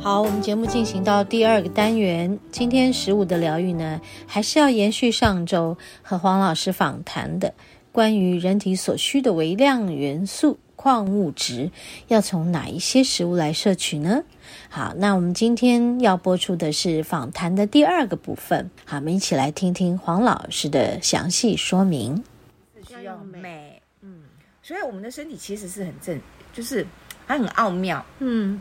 好，我们节目进行到第二个单元，今天食物的疗愈呢，还是要延续上周和黄老师访谈的关于人体所需的微量元素、矿物质，要从哪一些食物来摄取呢？好，那我们今天要播出的是访谈的第二个部分，好，我们一起来听听黄老师的详细说明。需要美，嗯，所以我们的身体其实是很正，就是它很奥妙，嗯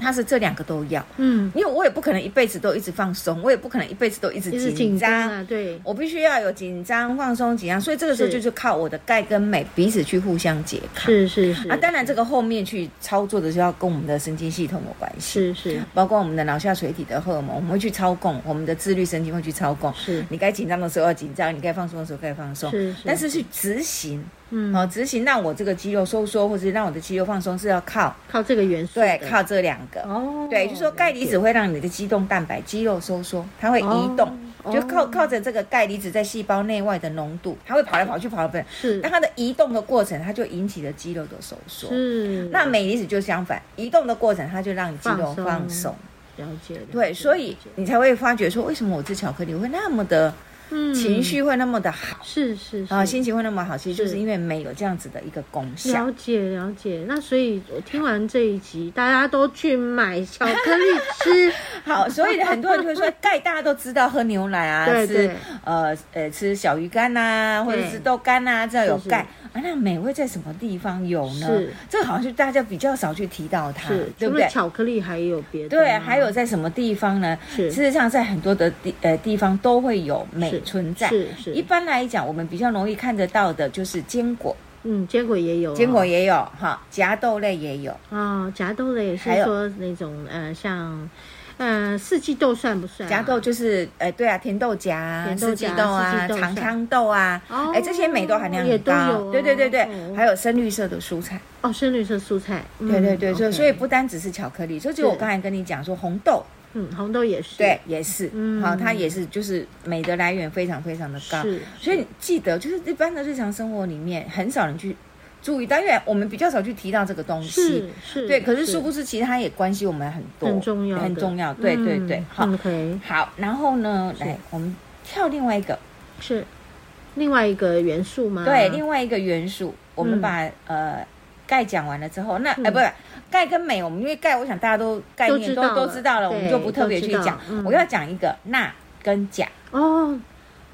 它是这两个都要，嗯，因为我也不可能一辈子都一直放松，我也不可能一辈子都一直紧张。啊，对，我必须要有紧张、放松、紧张，所以这个时候是就是靠我的钙跟镁彼此去互相拮抗。是是是啊，当然这个后面去操作的时候要跟我们的神经系统有关系，是是包括我们的脑下垂体的荷尔蒙，我们会去操控，我们的自律神经会去操控。是你该紧张的时候要紧张，你该放松的时候该放松。是但是去执行，嗯哦，执行让我这个肌肉收缩，或是让我的肌肉放松，是要靠靠这个元素对靠这两个。哦对，就是说钙离子会让你的肌动蛋白肌肉收缩，它会移动，哦就靠哦靠着这个钙离子在细胞内外的浓度，它会跑来跑去，跑来跑去。是那它的移动的过程，它就引起了肌肉的收缩。是那镁离子就相反，移动的过程它就让肌肉放松放松。了解了对，解所了以解你才会发觉说，为什么我吃巧克力会那么的嗯情绪会那么的好。是是嗯是嗯啊，心情会那么好，其实就是是因为镁有这样子的一个功效了。解了解。那所以我听完这一集，大家都去买巧克力吃，好，所以很多人就会说钙，大家都知道喝牛奶 啊，对吃对呃呃吃小鱼干呐，或者对吃豆干呐，这样有是是钙。啊，那镁会在什么地方有呢是？这个好像就大家比较少去提到它是，啊对除不了对？巧克力还有别的吗，对，还有在什么地方呢？是事实上，在很多的地呃地方都会有镁是存在。是是一般来讲，我们比较容易看得到的就是坚果，嗯，坚果也有哦，坚果也有哈，夹豆类也有。哦，夹豆类也是还有说那种呃像。呃，四季豆算不算啊？夹豆就是，呃，对啊，甜豆荚啊、甜豆四季荚豆啊、四季豆长是香豆啊，哦哎，这些镁都含量也很都高。有哦对对对对，哦还有深绿色的蔬菜。哦，深绿色蔬菜，嗯对对对，所以、 OK 所以不单只是巧克力，所以就是我是刚才跟你讲说红豆，嗯，红豆也是，对，也是，嗯好，它也是就是镁的来源非常非常的高。是，所以你记得，就是一般的日常生活里面，很少人去注意到，因为我们比较少去提到这个东西。是是，对，可是殊不知，其实它也关系我们很多，很重要的，嗯很重要。对对对，好， o k 好，然后呢，是来我们跳另外一个，是另外一个元素吗？对，另外一个元素，我们嗯把呃钙讲完了之后，那嗯呃不是钙跟镁，我们因为钙，我想大家都概都念知都道都了知道了，我们对就不特别都去知道讲嗯。我要讲一个钠跟钾，哦，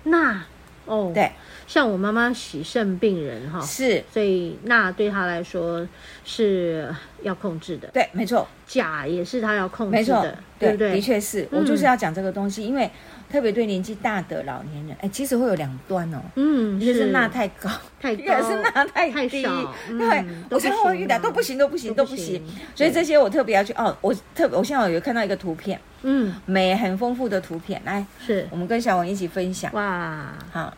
钠哦，对，像我妈妈洗肾病人哈，是，所以钠对她来说是要控制的，对，没错，钾也是她要控没制错的，，对对，不对？的确是我嗯就是要讲这个东西，因为特别对年纪大的老年人，哎，其实会有两端哦。嗯，一个是钠太高，太一个高，是钠太太低少，嗯对都我不常常会行遇到啊都不行，都不行，都都不不行。行所以对这些我特别要去哦，我特我现在有看到一个图片，嗯，美很丰富的图片，来，是我们跟小文一起分享。哇，好，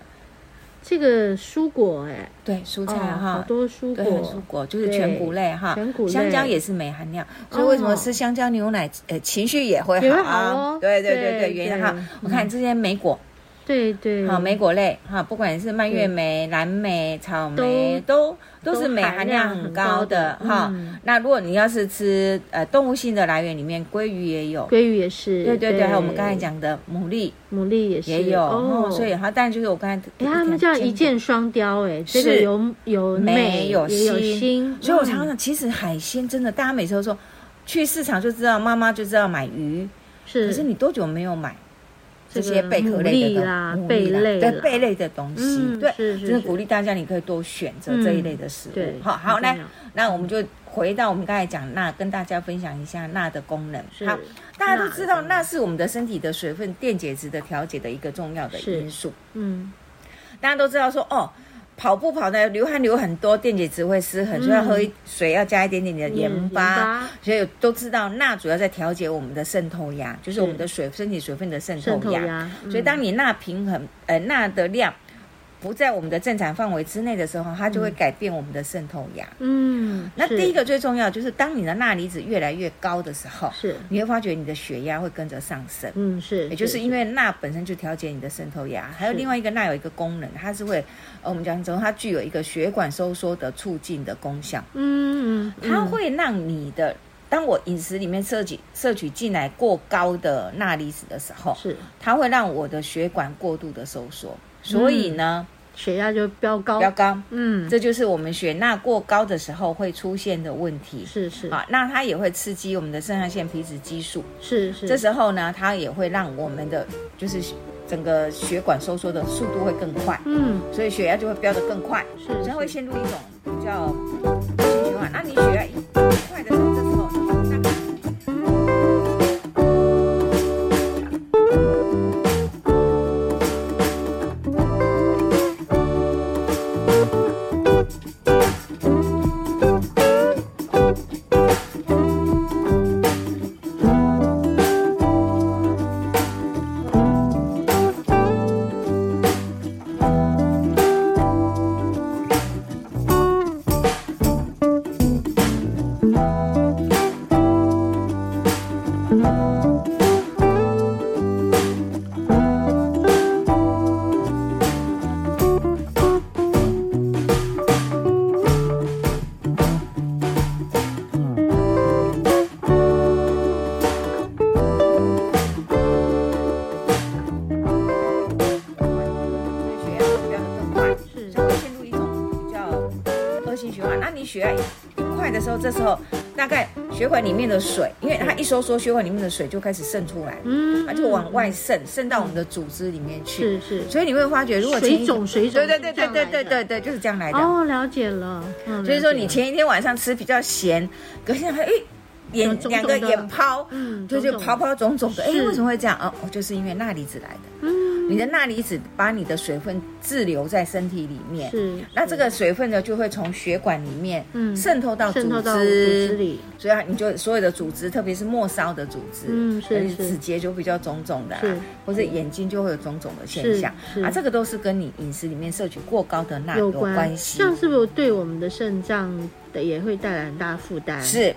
这个蔬果哎、对，蔬菜啊哦，好哈，多蔬对，果，蔬果就是全谷类哈，全谷类香蕉也是镁含量，所以为什么吃香蕉牛奶，呃，情绪也会也会好好啊哦？对对对对对，原对来哈，我看这些莓果，对对，好，莓果类哈，不管是蔓越莓、蓝莓、草莓，都都是镁含量很高的都含量哈很高的嗯。那如果你要是吃呃动物性的来源里面，鲑鱼也有。鲑鱼也是，对对对，还有我们刚才讲的牡蛎牡蛎也是也有，哦，哦，所以它当然就是我刚才哎，他们叫坚一果箭双雕，哎，这是个有有美美有也有心心，所以我常嗯常其实海鲜真的，大家每次都说去市场就知道，妈妈就知道买鱼，是，可是你多久没有买这这个些贝壳类的牡蛎啦东西牡蛎啦贝类啦对贝类的东西，嗯对，是是真的是嗯鼓励大家你可以多选择这一类的食对物。好，好，很重来要，那我们就回到我们刚才讲钠，跟大家分享一下钠的功能。是好，大家钠都的知道功能钠是我们的身体的水分电解质的调节的一个重要的是因素。嗯大家都知道说哦，跑步跑的流汗流很多，电解质会失衡，所以要喝一水要加一点点的嗯盐巴。巴所以都知道钠主要在调节我们的渗透压，就是我们的水身体水分的渗渗透透嗯压。嗯压，所以当你钠平衡，呃，钠的量不在我们的正常范围之内的时候，它就会改变我们的渗透压。嗯，嗯那是第一个最重要就是，当你的钠离子越来越高的时候，是，你会发觉你的血压会跟着上升。嗯是，也就是因为钠本身就调节你的渗透压，还有是另外一个钠有一个功能，它是会，呃，我们讲中它具有一个血管收缩的促进的功效，嗯嗯，嗯它会让你的，当我饮食里面摄取摄取进来过高的钠离子的时候，嗯是它会让我的血管过度的收缩，所以呢，血压就飙高比，较高，嗯，这就是我们血钠过高的时候会出现的问题。是是啊，那它也会刺激我们的肾上腺皮质激素，是是，这时候呢，它也会让我们的就是整个血管收缩的速度会更快，嗯所以血压就会飙得更快，是，所以它会是陷入一种比较恶性循环。那你血压一快的时候，这时候那所以血压就飙得更快，是所以会陷入一种比较恶性循环。那你血压一快的时候，这时候大概血管里面的水，因为它一收缩，血管里面的水就开始渗出来了，嗯，它就往外嗯渗，渗到我们的组织里面去。是是，所以你会发觉，如果前水一肿水肿对是这对样对来的，对对对对对，就是这样来的。哦，了解了，嗯所以说你。了解了前一天晚上吃比较咸，隔天还哎眼肿肿两个的眼泡，嗯，就就种种泡，泡肿肿的，哎是为什么会这样？哦，就是因为钠离子来的。嗯，你的钠离子把你的水分滞留在身体里面，是，那这个水分呢就会从血管里面嗯渗透到渗组透到组织织，里，所以啊你就所有的组织，特别是末梢的组织，嗯是而且是指节就比较肿肿的是啦，或者眼睛就会有肿肿的现是象是啊，这个都是跟你饮食里面摄取过高的钠有有关关，系。这样是不是对我们的肾脏的也会带来很大负担？，是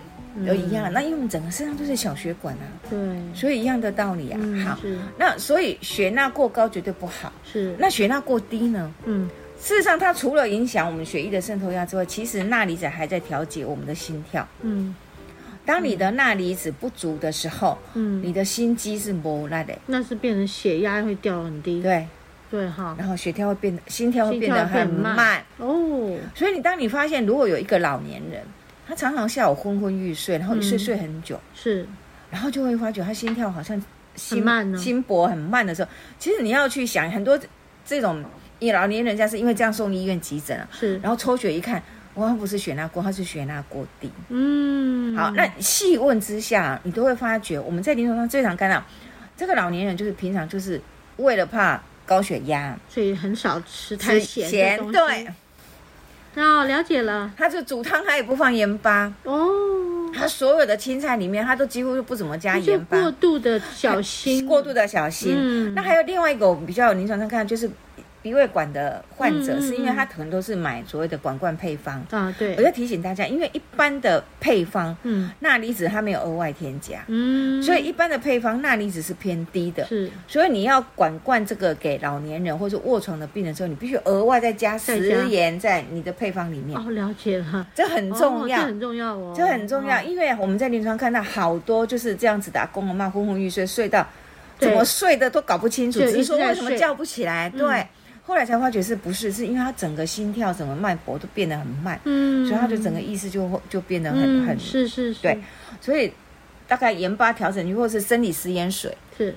都一样。嗯那因为我们整个身上都是小血管啊，对，所以一样的道理啊。嗯好，是那所以血钠过高绝对不好。是，那血钠过低呢？嗯，事实上，它除了影响我们血液的渗透压之外，其实钠离子还在调节我们的心跳。嗯当你的钠离子不足的时候，嗯，你的心肌是无力的，那是变成血压会掉很低，对，对哈，然后血跳会变得，心跳会变得心跳会很很慢慢。哦，所以你当你发现，如果有一个老年人，他常常下午昏昏欲睡，然后一睡嗯睡很久，是然后就会发觉他心跳好像心很慢哦心搏很慢的时候，其实你要去想很多这种一老年人家是因为这样送医院急诊啊，是，然后抽血一看，哇，他不是血钠过，他是血钠过低。嗯，好，那细问之下，你都会发觉我们在临床上最常看到这个老年人就是平常就是为了怕高血压所以很少吃太吃咸咸的东西，对，，那了解了，他就煮汤他也不放盐巴，哦，他所有的青菜里面他都几乎就不怎么加就盐巴，过度的小心， 过度的小心。嗯那还有另外一个我们比较临床上看到，就是鼻胃管的患者，嗯嗯是因为他可能都是买所谓的管罐配方。啊，我对，在提醒大家，因为一般的配方嗯钠离子它没有额外添加，嗯，所以一般的配方钠离子是偏低的。是所以你要管灌这个给老年人或者卧床的病人的时候，你必须额外再加再食加盐在你的配方里面，哦，了解了，这很重哦要这。很重要哦，这很重要，哦因为我们在临床看到好多就是这样子的阿公阿妈昏昏欲睡，睡到对怎么睡的都搞不清楚，就只是说一直在为什么睡叫不起来。对，后来才发觉是不是是因为他整个心跳、整个脉搏都变得很慢，嗯，所以他就整个意识就会就变得很、嗯很，是是是，对所以大概盐巴调整去，或是生理食盐水， 是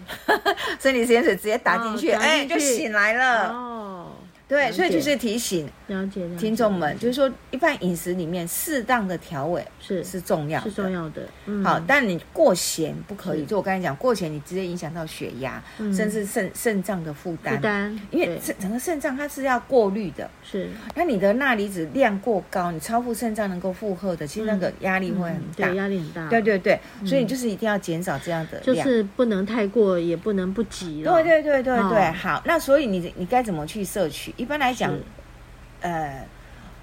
生理食盐水直接打进去，哦打哎、进去就醒来了。哦，对，了所以解就是提醒了解了解，听众们，就是说一般饮食里面适当的调味是是重要的，是重要的，嗯，好，但你过咸不可以，是就我刚才讲，过咸你直接影响到血压，嗯甚至肾肾脏的负担。负担，因为对肾整个肾脏它是要过滤的，是那你的钠离子量过高，你超负肾脏能够负荷的，其实那个压力会很嗯大。对，压力很大，嗯对对对，所以你就是一定要减少这样的就量。是不能太过，也不能不急了，对对对对对，哦好，那所以你你该怎么去摄取？一般来讲是，呃，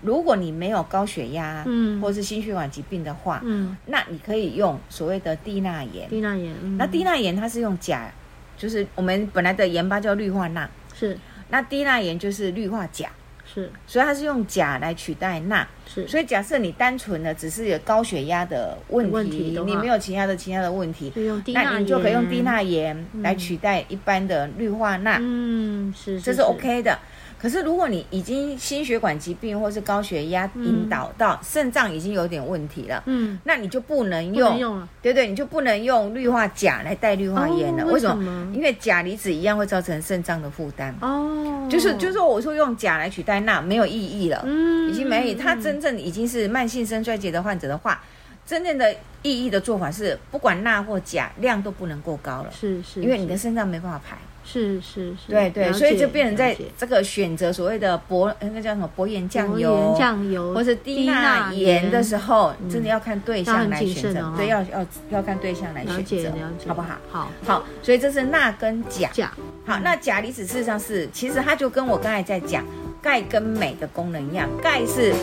如果你没有高血压，嗯啊或是心血管疾病的话，嗯，那你可以用所谓的低钠盐。低钠盐，嗯那低钠盐它是用钾，就是我们本来的盐巴叫氯化钠，是那低钠盐就是氯化钾，是所以它是用钾来取代钠。是，所以假设你单纯的只是有高血压的问题，问题的话你没有其他的其他的问题，就用低钠那盐，你就可以用低钠，盐来取代一般的氯化钠，嗯，是，这是 OK 的。可是如果你已经心血管疾病或是高血压引导到肾脏已经有点问题了，嗯，那你就不能不用能用了，对对，你就不能用氯化钾来代氯化盐了。哦为什为什么？么因为钾离子一样会造成肾脏的负担。哦，就是就是，我说用钾来取代钠没有意义了，嗯，嗯，已经没有意义。嗯它真正已经是慢性肾衰竭的患者的话，真正的意义的做法是，不管钠或钾量都不能过高了，嗯是是，因为你的是肾脏没办法排。是是是，对对，了所以就解变成在了解这个选择所谓的薄那个叫什么薄盐酱薄油盐、酱油或是低钠盐的时候，真的要看对象来选择，嗯对，要要要要看对象来了选解择了，解，好不好？？好，好，所以这是钠跟钾。钾好，那钾离子事实上是，其实它就跟我刚才在讲钙跟镁的功能一样，钙是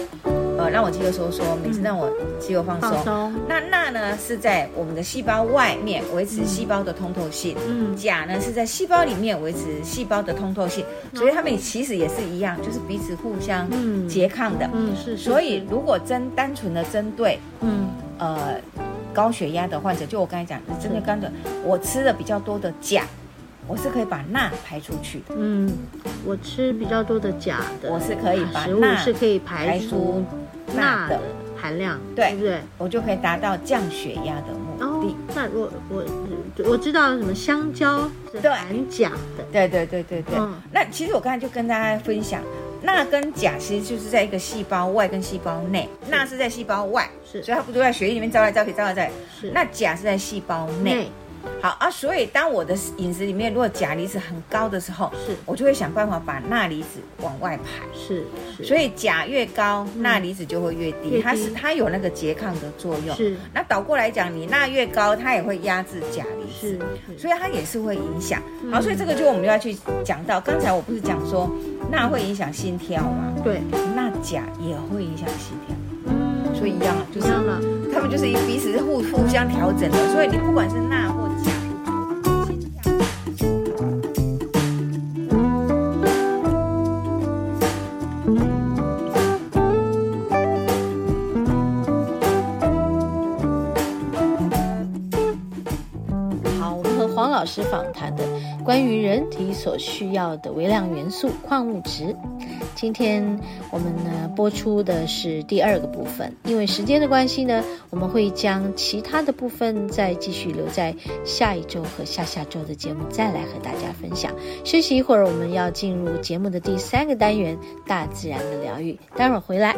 呃让我肌肉收缩，每嗯次让我肌肉放放松。松，那钠呢是在我们的细胞外面维持细胞的通透性。嗯，钾呢是在细胞里面维持细胞的通透性，所以它们其实也是一样，就是彼此互相嗯拮抗的。嗯是，是所以是如果真单纯的针对嗯呃高血压的患者，就我刚才讲，针对是刚的，我吃的比较多的钾，我是可以把钠排出去的，嗯，我吃比较多的钾的，我是可以把食物钠是可以排排出出钠钠的的，含量，对对不对？我就可以达到降血压的目哦的。，那我我我知道什么香蕉是对含钾的，对对对对对。嗯那其实我刚才就跟大家分享，钠跟钾其实就是在一个细胞外跟细胞内，钠是在细胞外，是所以它不都在血液里面招来招去，招来招去。是那钾是在细胞内。内好啊，所以当我的饮食里面如果钾离子很高的时候，是我就会想办法把钠离子往外排。是是，所以以钾越高，钠离子就会嗯越越低，低它是它有那个拮抗的作用。是那倒过来讲，你钠越高，它也会压制钾离是子，，是所以它也是会影响。嗯好，所以这个就我们就要去讲到，刚才我不是讲说钠会影响心跳吗？对，那钾也会影响心跳，嗯所以一样啊，就是一样了。他们就是一彼此是互互相调整的，所以你不管是钠或钾。心跳好，我们和黄老师访谈的关于人体所需要的微量元素矿物质。今天我们呢播出的是第二个部分，因为时间的关系呢，我们会将其他的部分再继续留在下一周和下下周的节目再来和大家分享。休息一会儿，我们要进入节目的第三个单元——大自然的疗愈。待会儿回来。